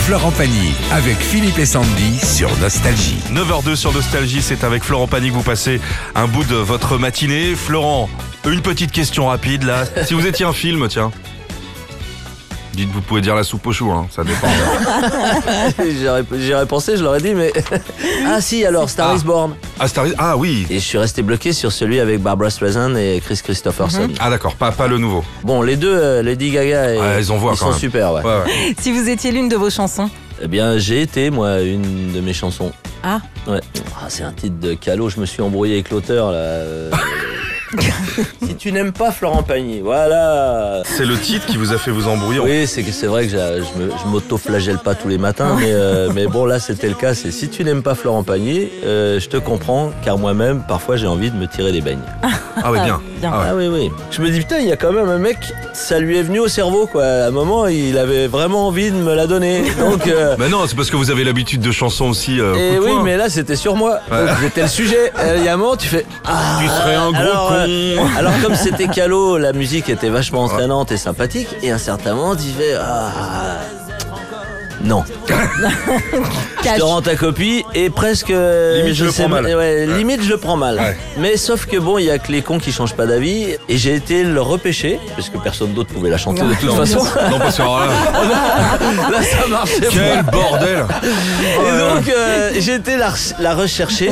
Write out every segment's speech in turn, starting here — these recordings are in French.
Florent Pagny avec Philippe et Sandy sur Nostalgie. 9h02 sur Nostalgie, c'est avec Florent Pagny que vous passez un bout de votre matinée. Florent, une petite question rapide là. Si vous étiez un film, tiens. Dites, vous pouvez dire la soupe aux choux, hein, ça dépend. J'aurais- J'aurais pensé, je l'aurais dit, mais. Ah si, alors, Star is Born. Ah, Star Is- ah oui Et je suis resté bloqué sur celui avec Barbara Streisand et Chris Christopherson. Ah d'accord, pas, pas le nouveau. Bon, les deux, euh, Lady Gaga et. Ouais, ils en voient quand sont même. super, ouais. Ouais, ouais. Si vous étiez l'une de vos chansons. Eh bien, j'ai été, moi, une de mes chansons. Ah, Ouais. Ah, c'est un titre de Calo, je me suis embrouillé avec l'auteur, là. euh. si tu n'aimes pas Florent Pagny, voilà. C'est le titre qui vous a fait vous embrouiller. Oui, c'est que c'est vrai que j'a- je, me- je m'auto-flagelle pas tous les matins, mais, euh, mais bon, là c'était le cas. C'est si tu n'aimes pas Florent Pagny, euh, je te comprends, car moi-même, parfois j'ai envie de me tirer des beignes. Ah oui, bien. Bien. Ah, ouais. Ah oui, oui. Je me dis, putain, il y a quand même un mec, ça lui est venu au cerveau, quoi. À un moment, il avait vraiment envie de me la donner. Donc. euh, Bah non, c'est parce que vous avez l'habitude de chansons aussi. euh, et coup de oui, poing. mais là c'était sur moi. Ouais. Donc, J'étais le sujet. Et Il y a un moment, tu fais. Ah, Tu serais un gros alors, con. euh, alors, comme c'était Calo, la musique était vachement entraînante et sympathique. Et à un certain moment, tu fais. Ah, non. Je cache. te rends ta copie et presque. euh, Limite, je le prends mal. ouais, Limite, je le prends mal. Ouais. Mais sauf que bon, il y a que les cons qui changent pas d'avis. Et j'ai été le repêcher, parce que personne d'autre pouvait la chanter de toute Non, façon. Non, parce que alors là, Là, ça marchait pas. quel bordel Et donc, euh, j'ai été la, re- la rechercher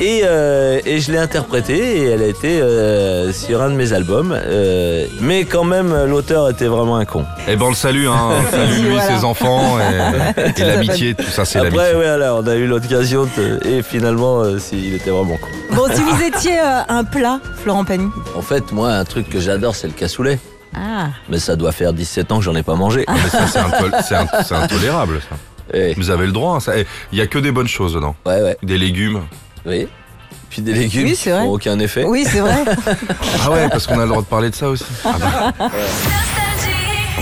et, euh, et je l'ai interprétée et elle a été euh, sur un de mes albums. euh, mais quand même, l'auteur était vraiment un con. Eh ben on le salue, hein. Salut lui, ses enfants et, et l'amitié, tout ça, c'est l'amitié. Après, ouais, alors, on a eu l'occasion de- et finalement, euh, si, il était vraiment con. Bon, si vous étiez euh, un plat, Florent Pagny. En fait, moi, un truc que j'adore, c'est le cassoulet. Ah. Mais ça doit faire 17 ans que j'en ai pas mangé. Mais ça, c'est intol- c'est in- c'est intolérable, ça. Eh, Vous avez le droit, hein, ça. Eh, Il y a que des bonnes choses dedans. Ouais, ouais, Des légumes. oui. Puis des légumes Oui, qui c'est vrai. font aucun effet. Oui, c'est vrai. Ah ouais, parce qu'on a le droit de parler de ça aussi. Ah bah.